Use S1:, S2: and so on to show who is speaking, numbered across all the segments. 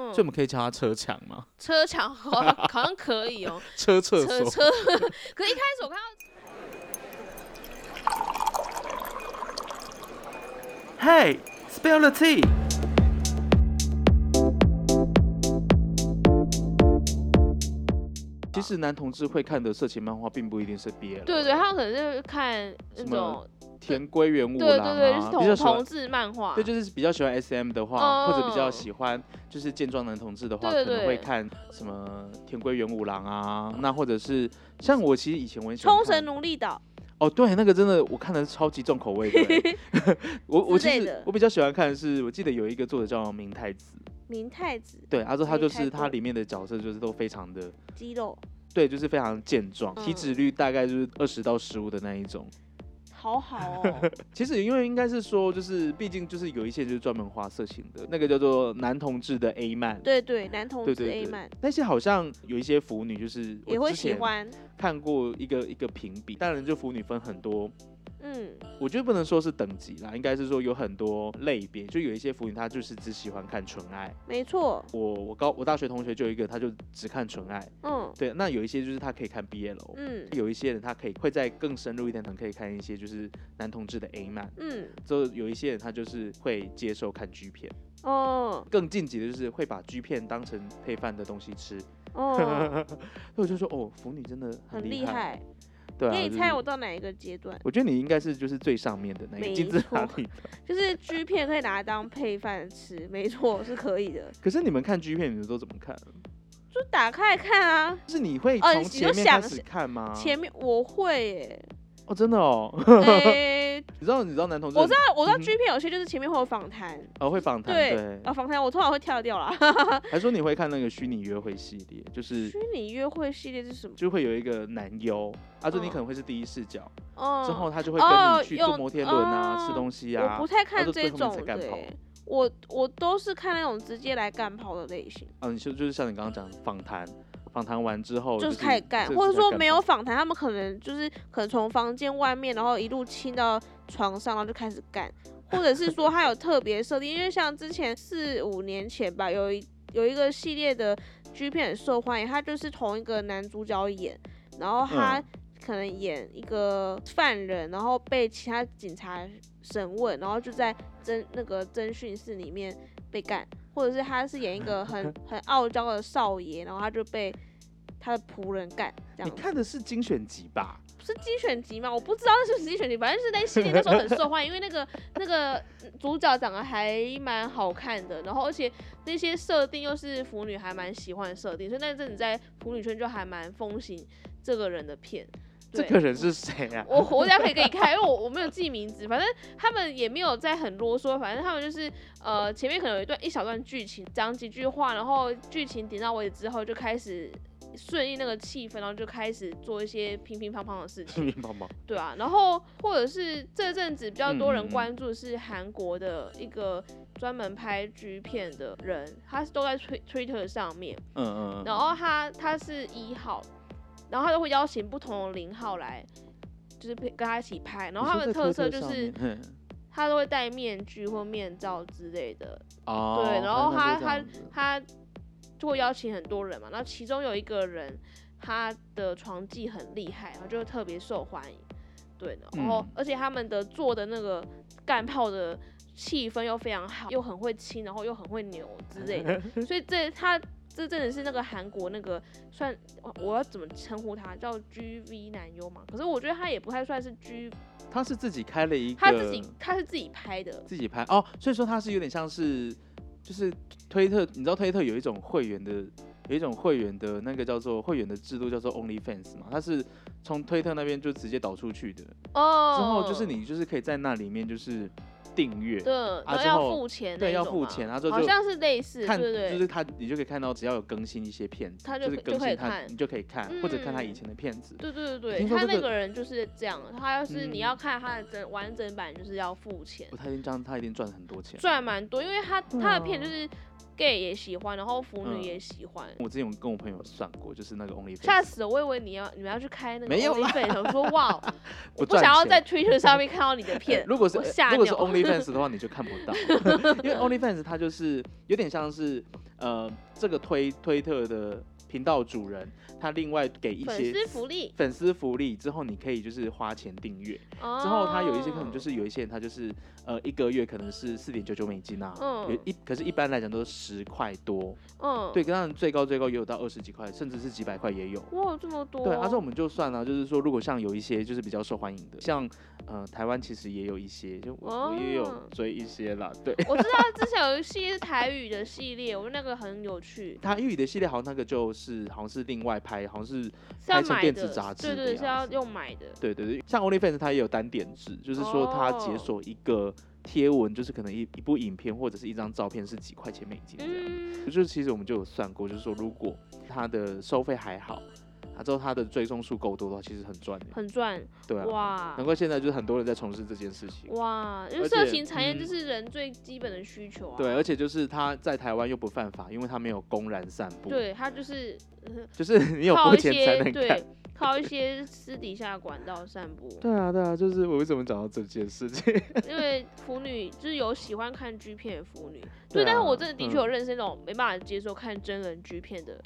S1: 嗯
S2: 所以我们可以叫它车墙吗？
S1: 车墙好像好像可以哦、
S2: 车 厕
S1: 车
S2: 所。
S1: 车。 可一开始我看到
S3: 嘿 s p i l l the tea。
S2: 其实男同志会看的色情漫画，并不一定是 BL。
S1: 对对，他们可能是看那
S2: 什么
S1: 种
S2: 田归元五
S1: 对
S2: 郎
S1: 对对，就是
S2: 啊，比较
S1: 同
S2: 喜欢
S1: 同，志漫画，
S2: 对，就是比较喜欢 SM 的话，或者比较
S1: 嗯
S2: 喜欢就是健壮男同志的话，
S1: 对
S2: 可能
S1: 对
S2: 会看什么田归元五郎啊，那或者是像我其实以前我很喜欢
S1: 冲绳
S2: 看
S1: 奴隶岛
S2: 哦，对，那个真的我看的超级重口味的欸。 我我
S1: 之
S2: 其
S1: 类
S2: 实
S1: 的
S2: 我比较喜欢看的是，我记得有一个作者叫明太子，
S1: 明太子
S2: 对，他说他
S1: 明
S2: 就
S1: 太
S2: 是他
S1: 子
S2: 里面的角色就是都非常的。
S1: 肌肉
S2: 对，就是非常健壮，体
S1: 嗯
S2: 脂率大概就是二十到十五的那一种。
S1: 好 好哦，
S2: 其实因为应该是说，就是毕竟就是有一些就是专门画色情的，那个叫做男同志的 A 漫，
S1: 对对，男同
S2: 对
S1: 志 A
S2: 对
S1: 漫
S2: 对，那些好像有一些腐女就是
S1: 也
S2: 我
S1: 会
S2: 之
S1: 喜
S2: 前
S1: 欢，
S2: 看过一个一个评比，当然就腐女分很多，
S1: 嗯，
S2: 我觉得不能说是等级啦，应该是说有很多类别，就有一些腐女她就是只喜欢看纯爱。
S1: 没错，
S2: 我我高我大学同学就有一个，他就只看纯爱，
S1: 嗯
S2: 对，那有一些就是他可以看 BL，、
S1: 嗯
S2: 有一些人他可以会在更深入一点，可能可以看一些就是男同志的 A 漫，
S1: 嗯，
S2: 之后有一些人他就是会接受看 G 片，
S1: 哦
S2: 更晋级的就是会把 G 片当成配饭的东西吃。
S1: 哦，
S2: 所以我就说哦，腐女真的
S1: 很
S2: 厉
S1: 厉害，
S2: 对啊，
S1: 可以
S2: 就是
S1: 猜我。到哪一个阶段？
S2: 我觉得你应该是就是最上面的那个
S1: 没
S2: 金字塔
S1: 错
S2: 里的。
S1: 就是 G 片可以拿来当配饭吃，没错，是可以的，
S2: 可是你们看 G 片，你们都怎么看？
S1: 就打开来看啊。
S2: 就是你会
S1: 哦
S2: 从
S1: 你
S2: 前
S1: 就
S2: 面
S1: 想
S2: 开始
S1: 是
S2: 看吗？
S1: 前面我会 耶、
S2: 哦，真的哦。
S1: 诶
S2: 你知道你知道男同志
S1: 我知道我知
S2: 嗯
S1: 道
S2: 哼
S1: G 片有些就是前面会有访谈，
S2: 哦会访谈
S1: 对
S2: 对，
S1: 啊，访谈我通常会跳掉啦。
S2: 还说你会看那个虚拟约会系列，就是
S1: 虚拟约会系列是什么？
S2: 就会有一个男优，啊，就你
S1: 嗯
S2: 可能会是第一视角，
S1: 哦，
S2: 之后他就会
S1: 哦
S2: 跟你去坐
S1: 用
S2: 摩天轮啊、吃
S1: 哦
S2: 东西
S1: 我
S2: 啊
S1: 不，太
S2: 然
S1: 看
S2: 后
S1: 这
S2: 最后面才
S1: 种的
S2: 干炮
S1: 耶，我我都是看那种直接来干炮的类型，
S2: 啊，你就就是像你刚刚讲的访谈，访谈完之后
S1: 就是
S2: 是
S1: 开始干，
S2: 这
S1: 或者
S2: 是在
S1: 说
S2: 干
S1: 没有
S2: 炮
S1: 访谈，他们可能就是可能从房间外面，然后一路亲到床上，然后就开始干，或者是说他有特别设定，因为像之前四五年前吧，有一有一个系列的 G 片很受欢迎，他就是同一个男主角演，然后他
S2: 嗯
S1: 可能演一个犯人，然后被其他警察审问，然后就在侦那个侦讯室里面被干，或者是他是演一 个很很傲娇的少爷，然后他就被他的仆人干，这
S2: 你
S1: 样子
S2: 看的是精选集吧？
S1: 是精选集吗？我不知道那是不是精选集，反正是那系列那时候很受欢迎，因为那个那个主角长得还蛮好看的，然后而且那些设定又是腐女还蛮喜欢的设定，所以那阵子在腐女圈就还蛮风行这个人的片。
S2: 这
S1: 对
S2: 个人是谁啊？
S1: 我我等下可以给你看，因为我我没有记名字，反正他们也没有在很啰嗦，反正他们就是呃前面可能有一段一小段剧情，讲几句话，然后剧情点到为止之后就开始顺应那个气氛，然后就开始做一些乒乒乓乓的事情，
S2: 面包包
S1: 对啊，然后或者是这阵子比较多
S2: 嗯
S1: 人
S2: 嗯嗯
S1: 关注是韩国的一个专门拍 G 片的人，他是都在推 Twitter 上面，
S2: 嗯嗯嗯，
S1: 然后他他是一号，然后他就会邀请不同的零号来，就是陪跟他一起拍。然后他们的特色嗯就是他都会戴面具或面罩之类的，
S2: 哦，
S1: 对。然后
S2: 那
S1: 他
S2: 就这
S1: 他
S2: 样子
S1: 他就会邀请很多人嘛，然后其中有一个人他的床技很厉害，然后就特别受欢迎，对。然后、
S2: 嗯
S1: 而且他们的做的那个干炮的。气氛又非常好，又很会亲，然后又很会扭之 类的，所以这他这真的是那个韩国那个算我我要怎么称呼他叫 G V 男优嘛？可是我觉得他也不太算是 G，
S2: 他是自己开了一个
S1: 他自己他是自己拍的，
S2: 自己拍哦，所以说他是有点像是就是推特，你知道推特有一种会员的。有一种会员的那个叫做会员的制度叫做 OnlyFans 嘛，它是从推特那边就直接导出去的。
S1: 哦，
S2: 之后就是你就是可以在那里面就是订阅，
S1: 对，然后
S2: 啊之
S1: 要
S2: 后
S1: 付钱那
S2: 对
S1: 一
S2: 要
S1: 种
S2: 付
S1: 嘛
S2: 钱然后就
S1: 好
S2: 就
S1: 像是类似，对
S2: 看
S1: 对
S2: 就是他你就可以看到，只要有更新一些片子，
S1: 他
S2: 就
S1: 就是可
S2: 更
S1: 就可以
S2: 新他
S1: 看
S2: 你就可以看，或者看他以
S1: 嗯
S2: 前的片子。
S1: 对对对对，
S2: 听说
S1: 他
S2: 这
S1: 那
S2: 个
S1: 个人就是这样，他要是你
S2: 嗯
S1: 要看他的整完整版，就是要付钱
S2: 哦，他已经这样，他已经赚很多钱。
S1: 赚蛮多，因为他
S2: 对
S1: 他的片
S2: 啊
S1: 就是 gay 也喜欢，然后腐
S2: 嗯
S1: 女也喜欢，
S2: 我之前有跟我朋友算过，就是那个 OnlyFans，
S1: 吓死了！我以为你要你们要去开那个
S2: 没有
S1: o
S2: 啦
S1: n 我说哇，我不
S2: 赚
S1: 想要
S2: 钱。
S1: 在 Twitter 上面看到你的片
S2: 如果是
S1: 我吓
S2: 如果是
S1: 尿
S2: OnlyFans 的话，你就看不到，因为 OnlyFans 它就是有点像是呃这个推推特的频道主人，他另外给一
S1: 粉
S2: 些
S1: 丝福利，
S2: 粉丝福利之后，你可以就是花钱订阅。
S1: 之
S2: 之后他有一些可
S1: 哦
S2: 能就是有一些人他就是呃一个月可能是四点九九美金啊，
S1: 嗯
S2: 有一可是一般来讲都是十块多，
S1: 嗯，
S2: 对，当然最高最高也有到二十几块，甚至是几百块也有。
S1: 哇，这么多，
S2: 对，而且我们就算了、就是说，如果像有一些就是比较受欢迎的，像呃台湾其实也有一些，就我,、我也有
S1: 哦
S2: 追一些啦。对，
S1: 我知道之前有一系列是台语的系列，我觉得那个很有趣，
S2: 台语的系列好像那个就是好像是另外拍，好像是
S1: 是要
S2: 拍成
S1: 买
S2: 电子
S1: 的，
S2: 杂志
S1: 对
S2: 的
S1: 对，是
S2: 样
S1: 要
S2: 子
S1: 用买的。
S2: 对对对，像 OnlyFans 它也有单点制，就是说它解
S1: 哦
S2: 锁一个贴文，就是可能一一部影片或者是一张照片是几块钱美金这样。
S1: 嗯，
S2: 就是其实我们就有算过，就是说如果它的收费还好，啊之后它的追踪数够多的话，其实很赚的。
S1: 很赚
S2: 对啊，
S1: 哇
S2: 难怪现在就是很多人在从事这件事情。
S1: 哇，因为
S2: 而
S1: 色
S2: 且
S1: 情产业就
S2: 嗯
S1: 是人最基本的需求啊。
S2: 对，而且就是它在台湾又不犯法，因为它没有公然散布，
S1: 对，他就是
S2: 就是 你有
S1: 靠
S2: 付
S1: 一
S2: 钱
S1: 些
S2: 才能看
S1: 对。，靠一些私底下的管道散播，
S2: 对啊，对啊，就是我为什么讲到这件事情？
S1: 因为腐女就是有喜欢看 G 片的 腐女，
S2: 对
S1: 对，但是
S2: 啊
S1: 我真的的确
S2: 嗯
S1: 有认识那种没办法接受看真人 G 片的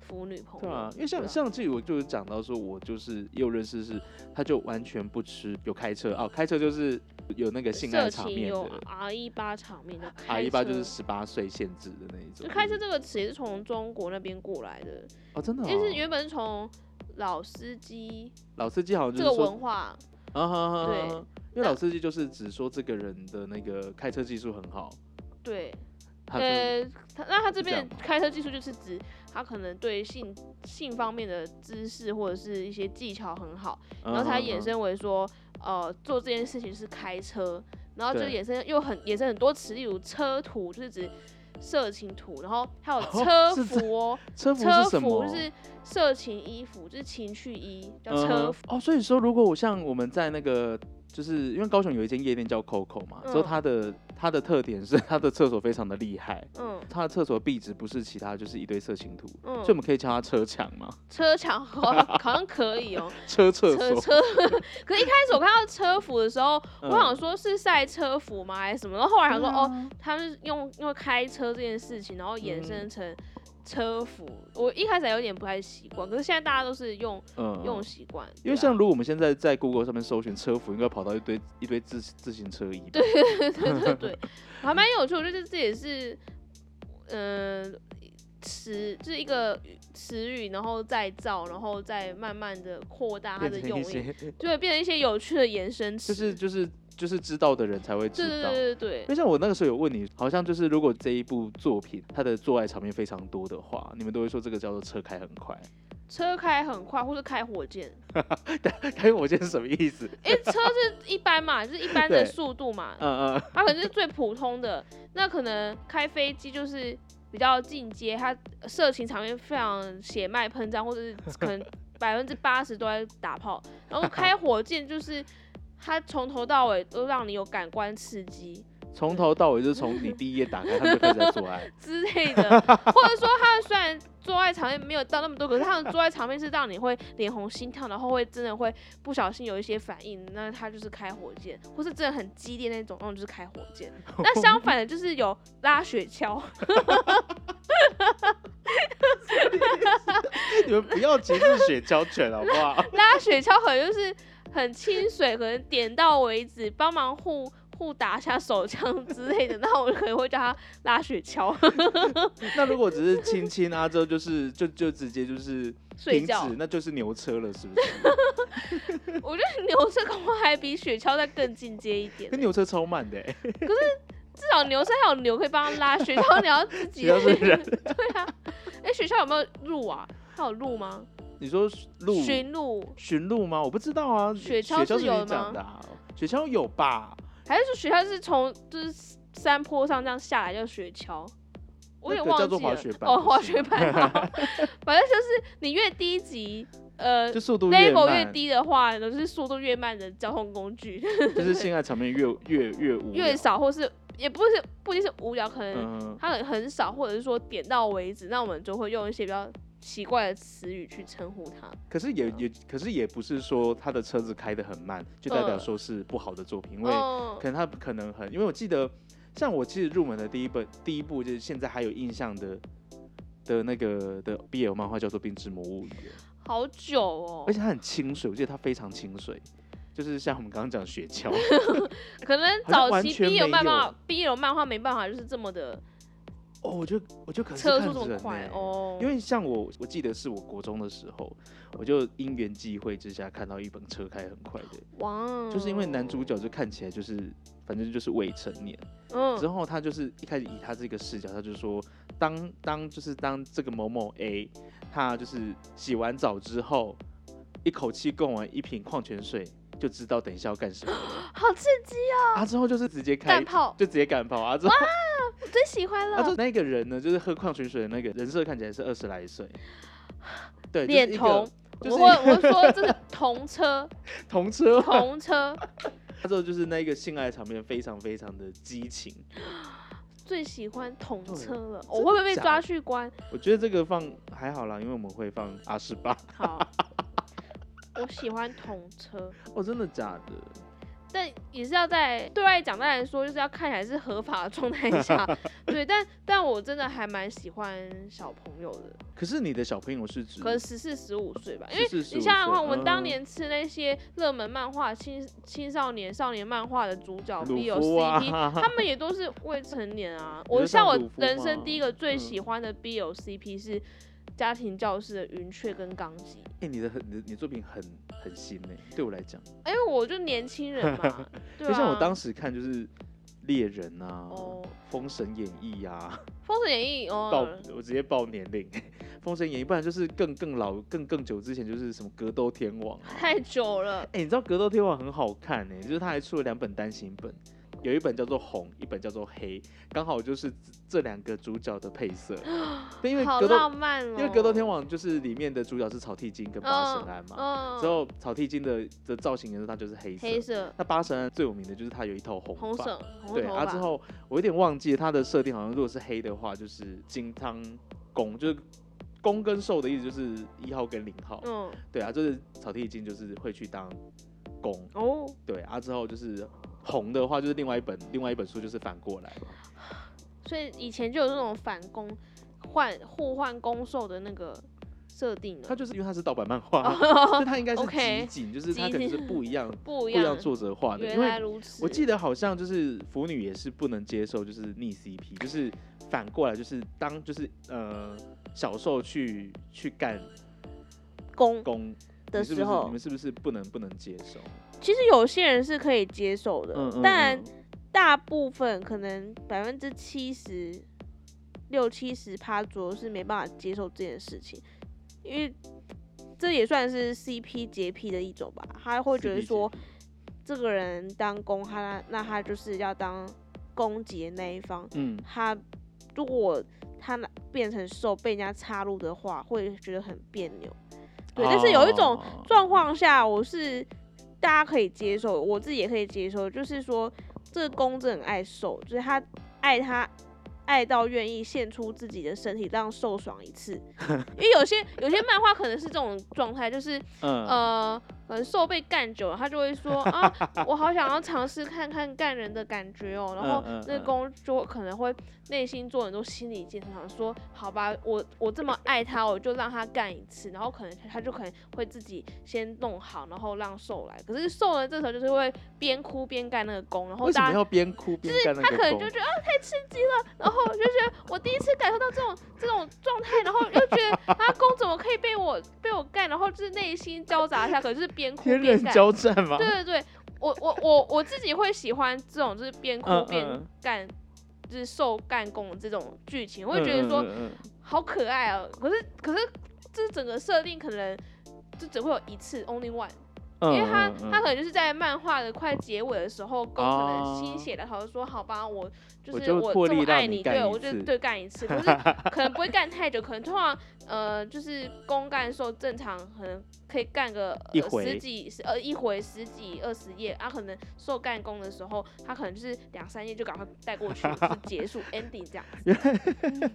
S1: 腐女朋
S2: 对
S1: 友
S2: 啊，，因为像
S1: 对啊
S2: 像这里我就讲到说，我就是也有认识是，他就完全不吃有开车哦，开车就是有那个性爱
S1: 色
S2: 场
S1: 情
S2: 面
S1: 有
S2: 的，
S1: R 一八场面的，
S2: 啊，
S1: 开
S2: 一般
S1: 车
S2: 就是十八岁限制的那一种。
S1: 就开车这个词也是从中国那边过来的，
S2: 哦，真的、哦，
S1: 就是原本是从老司机
S2: 老司机好像就
S1: 这个
S2: 是嗯说，
S1: 文化，
S2: 啊哈哈哈，
S1: 对
S2: 因为
S1: 那
S2: 老司机就是只说这个人的那个开车技术很好，
S1: 对，
S2: 他真的
S1: 呃，他那他这
S2: 是这
S1: 边
S2: 样
S1: 的开车技术就是指他可能对性性方面的知识或者是一些技巧很好，然后
S2: 嗯
S1: 才
S2: 哼
S1: 衍
S2: 哼
S1: 生为说，呃，做这件事情是开车，然后就
S2: 对
S1: 衍生又很衍生很多词，例如车图就是指色情图，然后还有车
S2: 是这
S1: 服哦，
S2: 车服
S1: 车
S2: 是什
S1: 服
S2: 么？哦
S1: 就是色情衣服，就是情趣衣叫
S2: 嗯
S1: 车
S2: 哼
S1: 服，
S2: 哦，所以说如果我像我们在那个。就是因为高雄有一间夜店叫 Coco 嘛，之后
S1: 嗯
S2: 它的它的特点是它的厕所非常的厉害，
S1: 嗯
S2: 他的厕所壁纸不是其他，就是一堆色情图，
S1: 嗯
S2: 所以我，们可以叫他车墙嘛，
S1: 车墙 好像好像可以哦，
S2: 车厕
S1: 车
S2: 所。
S1: 车， 可是一开始我看到车服的时候。
S2: 嗯
S1: 我想说是赛车服吗，还是什么？然后后来想说，哦，
S2: 嗯
S1: 他们是用因为开车这件事情，然后衍生
S2: 嗯
S1: 成车服。我一开始还有点不太习惯，可是现在大家都是用
S2: 嗯
S1: 用习惯，
S2: 因为
S1: 对啊
S2: 像 如果我们现在在 Google 上面搜寻车服，应该跑到一堆一堆自自行车衣。对，
S1: 对对对对，还蛮有趣。我觉得这也是，嗯、词就是一个词语，然后再造，然后再慢慢的扩大它
S2: 变
S1: 的
S2: 成
S1: 用
S2: 一
S1: 意，
S2: 些
S1: 就会变成一些有趣的延伸词。
S2: 就是就是就是知道的人才会
S1: 对
S2: 知
S1: 对
S2: 道。
S1: 对对对
S2: 因为像我那个时候有问你，好像就是如果这一部作品它的做爱场面非常多的话，你们都会说这个叫做车开很快。
S1: 车开很快，或是开火箭。
S2: 开火箭是什么意思？
S1: 因为车是一般嘛，就是一般的
S2: 对
S1: 速度嘛，
S2: 嗯嗯，
S1: 它可能是最普通的。那可能开飞机就是比较进阶，它色情场面非常血脉喷张，或者是可能百分之八十都在打炮。然后开火箭就是它从头到尾都让你有感官刺激
S2: 从头到尾就是从你第一页打开，他们就开始在做爱。
S1: 之类的，或者说它虽然。做爱场面没有到那么多，可是它的做爱场面是让你会脸红心跳，然后会真的会不小心有一些反应，那它就是开火箭，或是真的很激烈那种，那种就是开火 箭。那相反的就是有拉雪橇，
S2: 你们不要歧视雪橇犬好不好？
S1: 拉雪橇可能就是很清水，可能点到为止，帮忙互互打一下手枪之类的。那我可能会叫他拉雪橇，
S2: 那如果只是亲亲啊，之后就是就就直接就是
S1: 睡
S2: 停止
S1: 觉。，
S2: 那就是牛车了，是不是？
S1: 我觉得牛车恐怕还比雪橇再更进阶一 点
S2: 那，牛车超慢的、欸，
S1: 至少牛车还有牛可以帮他拉，雪 橇你要自己。
S2: 雪橇是人
S1: 对啊，哎、雪橇有没有路啊？它有路吗？
S2: 你说路
S1: 寻路，
S2: 寻路吗？我不知道啊，
S1: 雪橇
S2: 橇
S1: 是
S2: 是
S1: 有
S2: 你
S1: 吗
S2: 讲的、啊，雪橇有吧？
S1: 还是说雪橇是从就是山坡上这样下来叫雪橇？我也
S2: 那
S1: 忘
S2: 个
S1: 记
S2: 叫做
S1: 了
S2: 滑雪板
S1: 哦，
S2: 不是
S1: 滑雪板 好，反正就是你越低级，呃
S2: 就速度越
S1: ，level 越
S2: 慢，
S1: 低的话，都是速度越慢的交通工具，
S2: 就是性爱场面越越越无聊
S1: 越。少或是也不是不一定是无聊，可能
S2: 嗯，
S1: 它很很少，或者是说点到为止，那我们就会用一些比较奇怪的词语去称呼它。
S2: 可是
S1: 嗯
S2: 也也可是也不是说他的车子开得很慢，就代表说是不好的作品，因为
S1: 嗯
S2: 可能他可能很，因为我记得像我其实入门的第一本第一部就是现在还有印象的的那个的 BL 漫画叫做《冰之魔物语》了，
S1: 好久哦
S2: 而，且它很清水，我记得它非常清水，就是像我们刚刚讲雪 橇，
S1: 可能
S2: 好像
S1: 早
S2: 完
S1: 期
S2: 全
S1: BL
S2: 没
S1: 漫画
S2: 有
S1: ，BL 漫画没办法就是这么的
S2: 哦，我就我就可能是
S1: 车
S2: 看
S1: 速这么
S2: 人
S1: 快
S2: 欸
S1: 哦，
S2: 因为像我，我记得是我国中的时候，我就因缘际会之下看到一本车开很快的，
S1: 哇，哦
S2: 就是因为男主角就看起来就是，反正就是未成年。
S1: 嗯
S2: 之后他就是一开始以他这个视角，他就说，当当就是当这个某某 A，他就是洗完澡之后，一口气供完一瓶矿泉水，就知道等一下要干什么了。
S1: 好刺激，
S2: 啊，之后就是直接开
S1: 干，炮，
S2: 就直接干炮啊！之后
S1: 我最喜欢
S2: 啊，就
S1: 了，
S2: 那个人呢，就是喝矿泉水的那个人设看起来是二十来岁，对，就是
S1: 恋
S2: 一个
S1: 童，
S2: 就是
S1: 我会我会说这是童车，
S2: 童车。
S1: 童车
S2: 他之后就是那一个性爱场面非常非常的激情，
S1: 最喜欢童车了，哦我
S2: 真
S1: 会不会
S2: 的
S1: 被
S2: 假
S1: 抓
S2: 的
S1: 去关？
S2: 我觉得这个放还好啦，因为我们会放阿十八。
S1: 好，我喜欢童车，
S2: 哦，真的假的？
S1: 但也是要在对外讲，当然说就是要看起来是合法的状态下， 对，但但我真的还蛮喜欢小朋友的，
S2: 可是你的小朋友是指
S1: 可能十四十五岁吧，因为
S2: 14。
S1: 你想想看，我们当
S2: 嗯
S1: 年吃那些热门漫画、青青少年、少年漫画的主角
S2: 鲁
S1: B 有
S2: 夫啊
S1: CP，、他们也都是未成年 啊。
S2: 你
S1: 我
S2: 说
S1: 像
S2: 像
S1: 我
S2: 鲁夫
S1: 人生
S2: 吗
S1: 第一个最
S2: 嗯
S1: 喜欢的 B 有 CP 是家庭教师的云雀跟钢吉，
S2: 哎、你的很你的你的作品很很新呢、对我来讲，
S1: 因为我就年轻人嘛， 对
S2: 就
S1: 啊。
S2: 像我当时看就是猎人啊，
S1: 哦，
S2: 封神演义》啊，
S1: 《封神演义》
S2: 爆
S1: 哦，
S2: 我直接爆年龄， 《封神演义》，不然就是更更老更更久之前就是什么格斗天王啊，
S1: 太久了。
S2: 哎、你知道《格斗天王》很好看呢、就是他还出了两本单行本，有一本叫做红，一本叫做黑，刚好就是这两个主角的配 色。对，因为
S1: 好
S2: 格
S1: 浪
S2: 斗，
S1: 漫哦！
S2: 因为格斗天王就是里面的主角是草剃金跟八神庵嘛，
S1: 嗯，
S2: 之后草剃金的的造型颜色它就是黑色，
S1: 黑色
S2: 那八神庵最有名的就是它有一头红
S1: 红
S2: 发。
S1: 绳红
S2: 对，
S1: 头
S2: 啊
S1: 发，
S2: 之后我有点忘记它的设定，好像如果是黑的话就是金汤公，就是公跟受的意思就是一号跟零号。
S1: 嗯
S2: 对啊，就是草剃金就是会去当公，
S1: 哦，
S2: 对啊，之后就是红的话就是另外一本另外一本书就是反过来，
S1: 所以以前就有那种反攻换互换攻受的那个设定
S2: 它
S1: 了，
S2: 就是因为它是盗版漫画，所以它应该是
S1: 哦
S2: 集
S1: OK，
S2: 锦，就是它
S1: 集
S2: 可能是不一样
S1: 不
S2: 不
S1: 一
S2: 一样
S1: 样。
S2: 作者画的，因
S1: 原来
S2: 为
S1: 如此，
S2: 我记得好像就是腐女也是不能接受就是逆 CP，就是反过来就是当就是呃小受去去干
S1: 攻
S2: 攻
S1: 的
S2: 你是不是
S1: 时候
S2: 你们，是不是不能不能接受？
S1: 其实有些人是可以接受的，
S2: 嗯嗯，
S1: 当然
S2: 嗯
S1: 大部分可能百分之七十、六七十趴左右是没办法接受这件事情，因为这也算是 CP 洁癖的一种吧。他会觉得
S2: CP
S1: 说，这个人当公，他那他就是要当攻击的那一方。
S2: 嗯，
S1: 他如果他那变成受被人家插入的话，会觉得很别扭。对，但是有一种
S2: 哦
S1: 状况下，我是大家可以接受，我自己也可以接受，就是说这个公正很爱受，就是他爱他。爱到愿意献出自己的身体让受爽一 次，因为有些有些漫画可能是这种状态，就是
S2: 嗯
S1: 呃，可能受被干久了，他就 会说啊，我好想要尝试看看干人的感觉哦。然后
S2: 嗯嗯
S1: 那
S2: 嗯
S1: 公就可能会内心做很多心理建设，想说好吧，我我这么爱他，我就让他干一次。然后可能他就可能会自己先弄好，然后让受来。可是受呢，这时候就是会边哭边干那个公，然后
S2: 为什
S1: 哦大
S2: 么
S1: 家。
S2: 要边哭边干那
S1: 他
S2: 个
S1: 可能
S2: 工
S1: 就觉得啊太刺激了，然后就觉得我第一次感受到这种这种状态，然后又觉得啊公怎么可以被我被我干，然后就是内心交杂一下，可能就是边哭
S2: 天
S1: 边
S2: 人
S1: 干，
S2: 交战吗？
S1: 对对对，我我我我自己会喜欢这种就是边 哭
S2: 嗯
S1: 边
S2: 嗯
S1: 干，就是受干工这种剧情，我会觉得说
S2: 嗯，嗯嗯
S1: 好可爱哦、可是可是这整个设定可能就只会有一次，only one。
S2: 嗯
S1: 因为他
S2: 嗯嗯
S1: 他可能就是在漫画的快结尾的时候，公可能
S2: 哦
S1: 心血来潮说：“好吧，我就
S2: 我
S1: 是
S2: 就
S1: 我
S2: 破
S1: 这么
S2: 例让
S1: 爱
S2: 你
S1: 你，
S2: 干
S1: 对
S2: 一
S1: 我就
S2: 次
S1: 对干一 次。”可是可能不会干太久，可能通常呃就是公干的时候正常可能可以干个、呃、
S2: 一回
S1: 十几十呃一回十几二十页啊，可能受干工的时候，他可能就是两三页就赶快 带过去，就是结束 ending 这样子。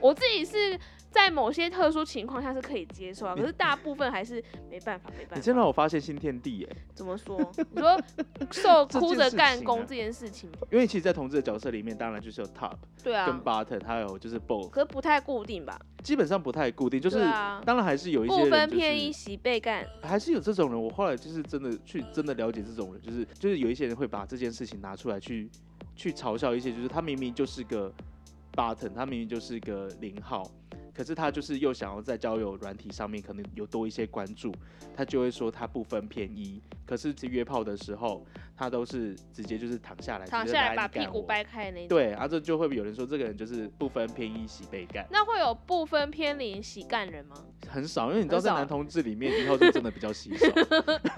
S1: 我自己是在某些特殊情况下是可以接受啊，
S2: 你
S1: 可是大部分还是没办法，没办
S2: 你
S1: 法
S2: 真。让我发现新天地耶、
S1: 怎么说？ 你说受
S2: 这
S1: 哭
S2: 件
S1: 着
S2: 事
S1: 干
S2: 情
S1: 工
S2: 啊
S1: 这件事情，
S2: 因为其实，在同志的角色里面，当然就是有 top
S1: 对
S2: 跟
S1: 啊，
S2: bottom，还有就是 both，
S1: 可是不太固定吧？
S2: 基本上不太固定，就是、
S1: 对啊
S2: 当然还是有一
S1: 不
S2: 些人
S1: 分
S2: 就
S1: 偏一，
S2: 是呃
S1: 喜被干，
S2: 还是有这种人。我后来就是真的去真的了解这种人，就是就是有一些人会把这件事情拿出来去去嘲笑一些，就是他明明就是个 bottom，他明明就是个零号。可是他就是又想要在交友软体上面可能有多一些关注，他就会说他不分偏一。可是约炮的时候，他都是直接就是躺下来，
S1: 躺
S2: 直接
S1: 下来
S2: 来
S1: 把
S2: 你
S1: 屁
S2: 干
S1: 股
S2: 我
S1: 掰开那种。
S2: 对，啊，这就会有人说这个人就是不分偏一喜被干，
S1: 那会有不分偏零喜干人吗？
S2: 很少，因为你知道
S1: 很
S2: 在
S1: 少
S2: 男同志里面以后就真的比较稀 少，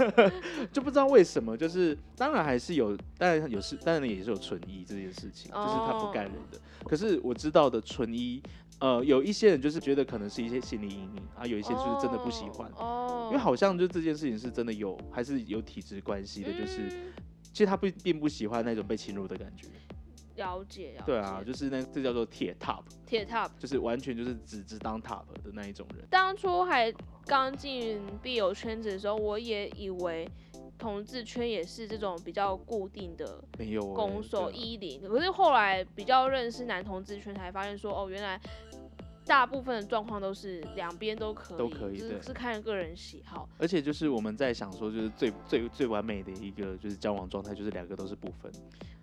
S2: 就不知道为什么，就是当然还是有，当然有是，当然也是有纯一这件事情，就是他不
S1: 哦
S2: 干人的。可是我知道的纯一，呃，有一些人就是觉得可能是一些心理阴影啊，有一
S1: 有
S2: 些就是真的不喜欢。
S1: 哦，
S2: 因为好像就这件事情是真的有，还是有体质关系的，就是其实他不并不喜欢那种被侵入的感觉，
S1: 嗯了解了解。
S2: 对啊，就是那这叫做铁 top，
S1: 铁 top。
S2: 就是完全就是只只当 top 的那一种人。
S1: 当初还刚进必友圈子的时候，我也以为同志圈也是这种比较固定的
S2: 没有、欸，
S1: 攻
S2: 对啊
S1: 守一零，可是后来比较认识男同志圈，才发现说哦，原来大部分的状况都是两边都可以，
S2: 都可以
S1: 就
S2: 对
S1: 是是看个人喜好。
S2: 而且就是我们在想说，就是最最最完美的一个就是交往状态，就是两个都是不分。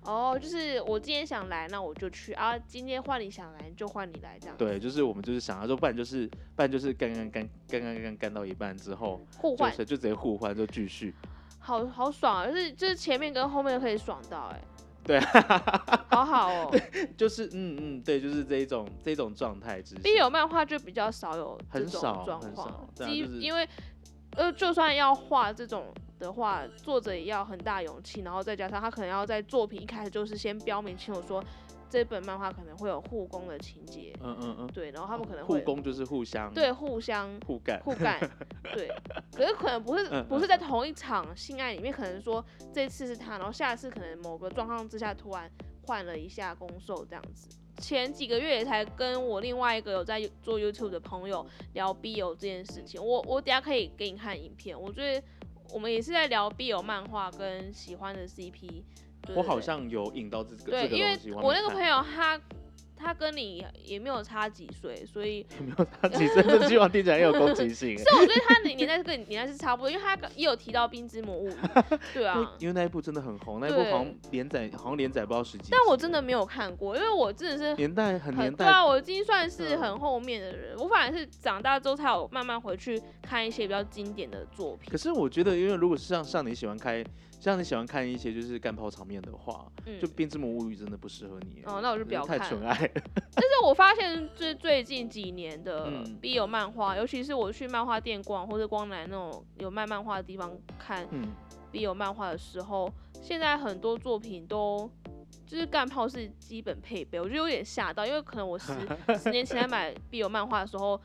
S1: 哦，就是我今天想来，那我就去啊，今天换你想来就换你来这样，，
S2: 对，就是我们就是想要说，不然就是不然就是干干干干干干干到一半之后，
S1: 互
S2: 就
S1: 换，
S2: 是就直接互换就继续。
S1: 好好爽啊！就是就是前面跟后面可以爽到哎、
S2: 对
S1: 好好哦。
S2: 就是嗯嗯，对，就是这一种这一种状态之下。
S1: B 友漫画就比较少有这
S2: 很
S1: 种
S2: 少
S1: 状
S2: 很
S1: 况
S2: 少，对啊
S1: 基
S2: 就是
S1: 因为呃，就算要画这种的话，作者也要很大勇气，然后再加上他可能要在作品一开始就是先标明清楚说这本漫画可能会有护工的情节，
S2: 嗯嗯嗯，
S1: 对，然后他们可能
S2: 互
S1: 会
S2: 攻就是互相
S1: 对互相
S2: 互干。
S1: 互干， 对，可是可能不是
S2: 嗯
S1: 不是在同一场性爱里面，可能说这次是他，然后下次可能某个状况之下突然换了一下攻受这样子。前几个月也才跟我另外一个有在做 YouTube 的朋友聊 BL 这件事情，我我等一下可以给你看影片。我觉得我们也是在聊 BL 漫画跟喜欢的 CP 对。对
S2: 我好
S1: 对
S2: 像有引到这个
S1: 对，
S2: 这个
S1: 因为
S2: 东西，还
S1: 我
S2: 没
S1: 那个
S2: 看
S1: 朋友他他跟你也没有差几岁，所以
S2: 有没有他其实这句话听起来很有攻击 性欸。
S1: 但我觉得他的年代是跟你年代是差不多，因为他也有提到《冰之魔物语》，
S2: 因
S1: 对
S2: 为
S1: 啊。
S2: 因为那一部真的很红，那一部
S1: 对
S2: 好像连载好像连载不到十几集了。
S1: 但我真的没有看过，因为我真的是
S2: 年代很年
S1: 很对
S2: 代
S1: 啊，我已经算是很后面的人，我反而是长大之后才有慢慢回去看一些比较经典的作品
S2: 可。是我觉得，因为如果是像像你喜欢开，像你喜欢看一些就是干炮场面的话，
S1: 嗯，
S2: 就《编织魔物语》真的不适合你。
S1: 哦，那我
S2: 真
S1: 就不
S2: 的
S1: 要
S2: 太
S1: 看。
S2: 纯爱了。
S1: 但我发现最最近几年的
S2: 嗯
S1: BL 漫画，尤其是我去漫画店逛或者光南那种有卖漫画的地方看
S2: 嗯，
S1: BL 漫画的时候，现在很多作品都就是干炮是基本配备，我就有点吓到，因为可能我十十年前在买 BL 漫画的时候，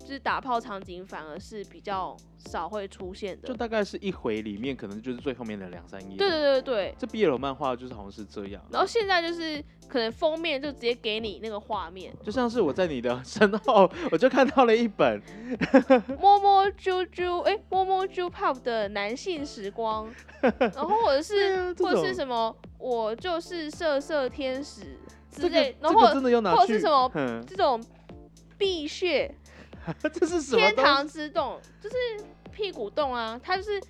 S1: 就是打炮场景反而是比较少会出现的
S2: 就。大概是一回里面，可能就是最后面的两三页。
S1: 对对对对对。
S2: 这 BL 漫画就是好像是这样。
S1: 然后现在就是可能封面就直接给你那个画面，
S2: 就像是我在你的 身后，我就看到了一本，
S1: 摸摸啾啾，哎、摸摸啾 pop 的男性时光，然后或者是、
S2: 对啊这
S1: 或者是
S2: 种
S1: 什么，我就是色色天使
S2: 这
S1: 之
S2: 个
S1: 类，
S2: 这
S1: 然后或
S2: 个
S1: 者
S2: 真的要拿去，
S1: 或者是什么
S2: 嗯，
S1: 这种碧血
S2: 这是什么
S1: 天
S2: 东
S1: 堂
S2: 西？
S1: 之洞，就是屁股洞啊，它就是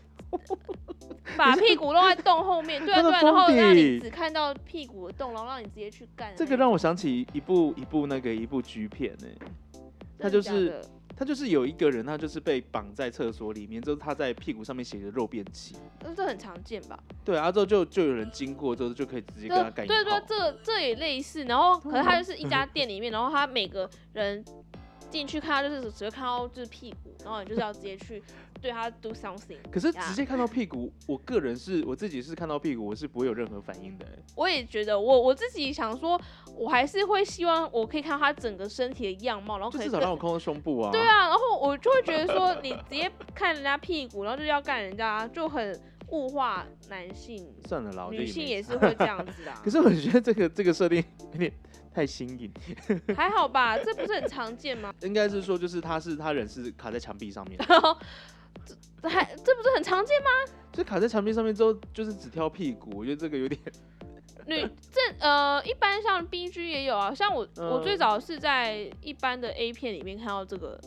S1: 把屁股弄在洞后面，对啊
S2: 它
S1: 对
S2: 的
S1: 啊，然后
S2: 封
S1: 让你
S2: 底
S1: 只看到屁股的洞，然后让你直接去干的那种。
S2: 这个让我想起一部一部那个一部剧片呢、它
S1: 真
S2: 就
S1: 的假
S2: 是
S1: 的
S2: 他就是有一个人，他就是被绑在厕所里面，就是他在屁股上面写着肉便器。
S1: 呃这很常见吧？
S2: 对啊，之后就就有人经过之后就可以直接
S1: 对
S2: 跟他干一
S1: 对对
S2: 炮，
S1: 这这也类似。然后可
S2: 对
S1: 是
S2: 啊
S1: 它就是一家 店里面，然后他每个人进去看，他就是只会看到就是屁股，然后你就是要直接去对他 do something。
S2: 可是直接看到屁股，我个人是我自己是看到屁股，我是不会有任何反应的、欸。
S1: 我也觉得我我自己想说，我还是会希望我可以看到他整个身体的样貌，然后
S2: 就
S1: 可以
S2: 至
S1: 更
S2: 少让我看到胸部啊。
S1: 对，啊，然后我就会觉得说，你直接看人家屁股，然后就要干人家，就很物化男性，
S2: 算了啦，我觉得
S1: 女性
S2: 哦没
S1: 也
S2: 差
S1: 是会这样子的啊、
S2: 可是我觉得这个这个设定有点太新颖。
S1: 还好吧，这不是很常见吗？
S2: 应该是说，就是他是他人是卡在墙壁上面，
S1: 然后这还这不是很常见吗？
S2: 就卡在墙壁上面之后，就是只挑屁股。我觉得这个有点，
S1: 女这呃，一般像 B G 也有啊，像我、我最
S2: 嗯
S1: 早是在一般的 A 片里面看到这个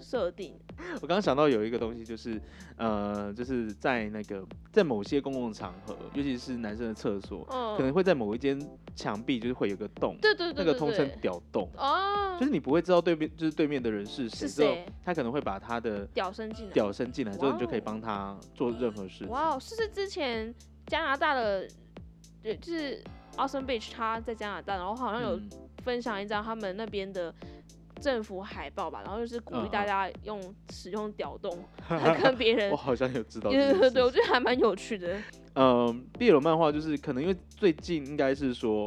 S1: 设定，
S2: 我刚刚想到有一个东西，就是呃，就是在那个在某些公共场合，尤其是男生的厕所，
S1: 嗯，
S2: 可能会在某一间墙壁就是会有个洞，
S1: 对对
S2: 那
S1: 对对
S2: 个
S1: 对，
S2: 通称屌洞。
S1: 哦，
S2: 就是你不会知道对面就是对面的人是谁，
S1: 是
S2: 之后
S1: 谁
S2: 他可能会把他的
S1: 屌伸进来，
S2: 屌伸进来之后，你就可以
S1: 哇哦
S2: 帮他做任何事情。
S1: 哇哦，是是之前加拿大的，呃，就是 Austin Beach，他在加拿大，然后哦好像有
S2: 嗯
S1: 分享一张他们那边的政府海报吧，然后就是鼓
S2: 嗯
S1: 励
S2: 嗯
S1: 大家用使用屌 洞来跟别人
S2: 我，好像有知道这件
S1: 对
S2: 事
S1: 对
S2: 情。
S1: 对，我觉得还蛮有趣的。
S2: 嗯，毕业楼漫画就是可能因为最近应该是说，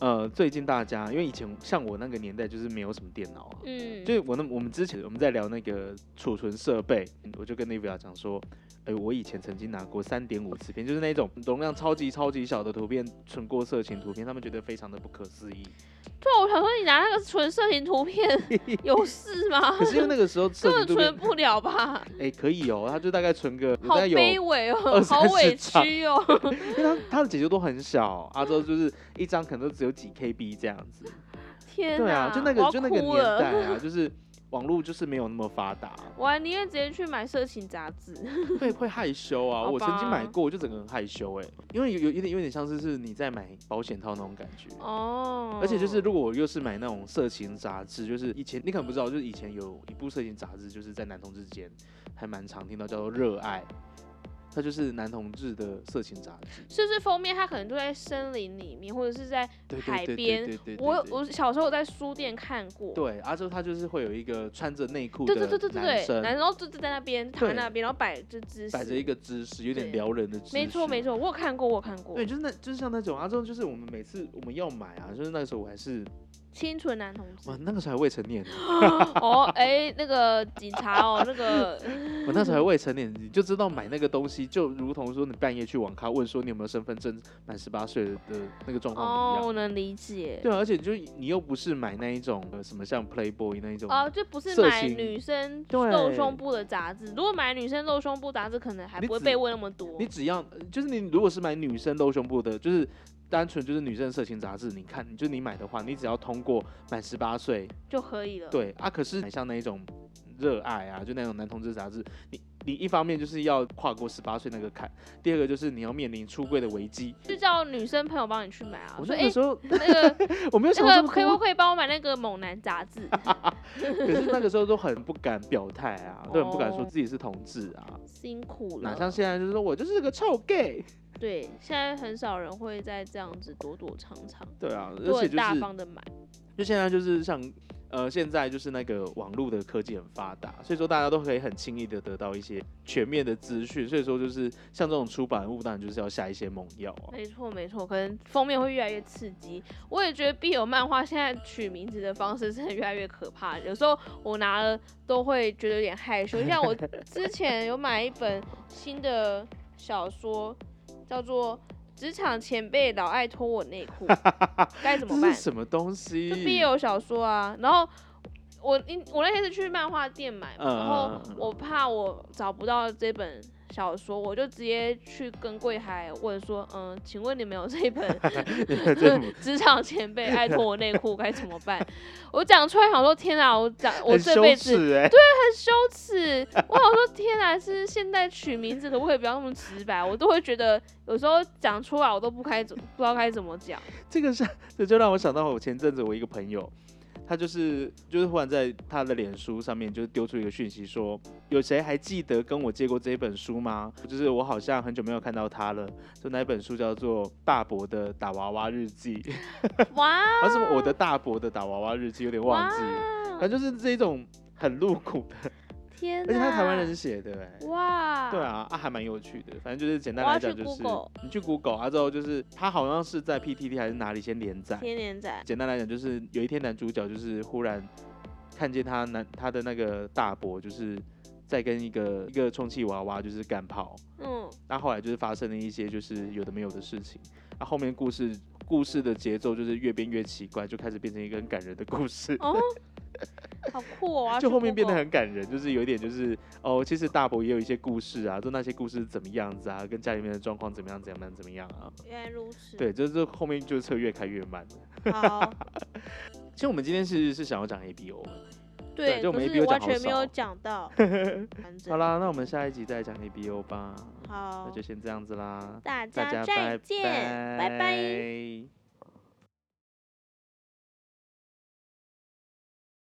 S2: 呃，最近大家因为以前像我那个年代就是没有什么电脑啊，
S1: 嗯，
S2: 就是我那我们之前我们在聊那个储存设备，嗯我就跟 Nivia 讲说，哎、我以前曾经拿过三点五次片，就是那种容量超级超级小的图片，存过色情图片，他们觉得非常的不可思 议。
S1: 对啊，我想说你拿那个纯色情图 片有事吗
S2: 可？是因为那个时候色情
S1: 根本
S2: 图
S1: 存
S2: 片，
S1: 不了吧？
S2: 哎、可以哦，他就大概存个
S1: 好
S2: 大概有
S1: 卑微哦，
S2: 二
S1: 好
S2: 三十
S1: 委
S2: 张
S1: 屈哦。
S2: 因为他他的解决都很小，阿周就是一张可能都只有几 KB 这样子。
S1: 天
S2: 对啊，
S1: 哪
S2: 就那
S1: 我
S2: 个
S1: 要
S2: 就那个
S1: 哭
S2: 年
S1: 了
S2: 代 啊，就是网络就是没有那么发达，
S1: 我还宁愿直接去买色情杂志。
S2: 会会害羞啊。
S1: 好
S2: 我曾经买
S1: 吧
S2: 过，我就整个很害羞哎、因为有有有点有点像是是你在买保险套那种感觉。
S1: 哦，
S2: 而且就是，如果我又是买那种色情杂志，就是以前你可能不知道，就是以前有一部色情杂志，就是在男同志间还蛮常听到，叫做《热爱》，它就是男同志的色情杂志。
S1: 是不是封面它可能就在森林里面，或者是在
S2: 对对
S1: 海
S2: 对
S1: 边
S2: 对对对对
S1: 我
S2: 对
S1: 我小时候我在书店看过，
S2: 对，阿周他就是会有一个穿着内裤的
S1: 对对对对对
S2: 男
S1: 对，男
S2: 生，
S1: 生就就在那边躺在
S2: 对
S1: 那边，然后摆着姿势，
S2: 摆着一个姿势，有点
S1: 对
S2: 撩人的姿势。
S1: 没错没错，我有看过我有看过
S2: 对，，就是那，就是像那种啊，这种就是我们每次我们要买啊，就是那个时候我还是
S1: 清纯男同志
S2: 我，那个时候还未成年呢，
S1: 哦哎那个警察哦那个
S2: 我 那时候还未成年，你就知道买那个东西，就如同说你半夜去网咖问说你有没有身份证满十八岁的那个状况
S1: 哦
S2: 一
S1: 我
S2: 样。
S1: 能理解，
S2: 对啊，而且就你又不是买那一种呃什么像 Playboy 那一种，
S1: 哦就不是
S2: 色
S1: 买
S2: 情
S1: 女生
S2: 对
S1: 露胸部的杂志，如果买女生露胸部杂志可能还
S2: 你
S1: 不会
S2: 只
S1: 被问那么多
S2: 你，只要呃就是你如果是买女生露胸部的，就是单纯就是女生色情杂志，你看你就你买的话，你只要通过满十八岁，
S1: 就可以了，
S2: 对啊，可是像那一种热爱啊，就那种男同志杂志，你你一方面就是要跨过十八岁那个坎，第二个就是你要面临出柜的危机。
S1: 就叫女生朋友帮你去买啊，
S2: 我
S1: 说
S2: 那
S1: 哎
S2: 个时候、
S1: 那个。
S2: 我没有想到这
S1: 那个
S2: 么
S1: 呃可以不
S2: 多，
S1: 可以帮我买那个《猛男》杂志？
S2: 可是那个时候都很不敢表态啊，都很不敢说
S1: 哦嗯
S2: 自己是同志啊，
S1: 辛苦了。
S2: 哪像现在就是说我就是个臭 gay，
S1: 对，现在很少人会再这样子躲躲藏藏，
S2: 对啊，而
S1: 都
S2: 且
S1: 很
S2: 就
S1: 大
S2: 是
S1: 方的买。
S2: 就现在就是像呃，现在就是那个网络的科技很发达，所以说大家都可以很轻易的得到一些全面的资讯。所以说就是像这种出版物，当然就是要下一些猛药啊。
S1: 没错没错，可能封面会越来越刺激。我也觉得必有漫画现在取名字的方式真的越来越可怕，有时候我拿了都会觉得有点害羞。像 我之前有买一本新的小说，叫做。职场前辈老爱脱我 内裤，该怎么
S2: 这
S1: 办
S2: 是？什么东西？
S1: 就 BL 小说啊。然后我因我那天是去漫画店买嘛，
S2: 嗯
S1: 然后
S2: 嗯嗯嗯
S1: 我怕我找不到这本小说，我就直接去跟柜台问说，嗯，请问你们有这一本
S2: 这
S1: 《职场前辈爱脱我内裤》该怎么办？我讲出来想说，天啊，我讲我
S2: 很
S1: 这
S2: 羞
S1: 辈子
S2: 耻哎，
S1: 很羞耻。我想说，天啊，是现在取名字可不可以不要那么直白？我都会觉得有时候讲出来我都不该怎不知道该怎么 讲。
S2: 这个是这就让我想到我前阵子我一个朋友，他就是就是忽然在他的脸书上面就丢出一个讯息说，有谁还记得跟我借过这一本书吗？就是我好像很久没有看到他了，就那一本书叫做《大伯的打娃娃日记》，
S1: 哇，
S2: 而是我的大伯的打娃娃日记有点忘记了，
S1: 哇
S2: 反正就是这一种很露骨的，
S1: 天
S2: 而
S1: 呐！
S2: 且他台湾人写的哎、
S1: 哇，
S2: 对，啊，啊还蛮有趣的，反正就是简单
S1: 我要
S2: 来讲
S1: 去
S2: 就是
S1: Google
S2: 你去 Google 啊之后就是他好像是在 PTT 还是哪里先连载，
S1: 天年仔，
S2: 简单来讲，就是有一天男主角就是忽然看见他男他的那个大伯就是在跟一个一个充气娃娃就是干跑，
S1: 嗯，
S2: 那后来就是发生了一些就是有的没有的事情，那后面故事故事的节奏就是越变越奇怪，就开始变成一个很感人的故事。
S1: 哦，好酷 哦！我要
S2: 就
S1: 去
S2: 后面变得
S1: Google
S2: 很感人，就是有一点就是哦，其实大伯也有一些故事啊，就那些故事是怎么样子啊，跟家里面的状况怎么样怎么样怎么样啊。
S1: 原来如此。
S2: 对，就是后面就是车越开越慢了。
S1: 好，
S2: 其实我们今天是是想要讲 A B O，
S1: 对，
S2: 就我
S1: 可
S2: 们
S1: 是
S2: ABO 讲
S1: 完
S2: 好
S1: 全没有
S2: 少
S1: 讲 到完整。
S2: 好啦，那我们下一集再讲 A B O 吧。那
S1: 好
S2: 就，先这样子啦，
S1: 大
S2: 大
S1: 家
S2: 家
S1: 再
S2: 拜
S1: 见，拜拜
S2: 拜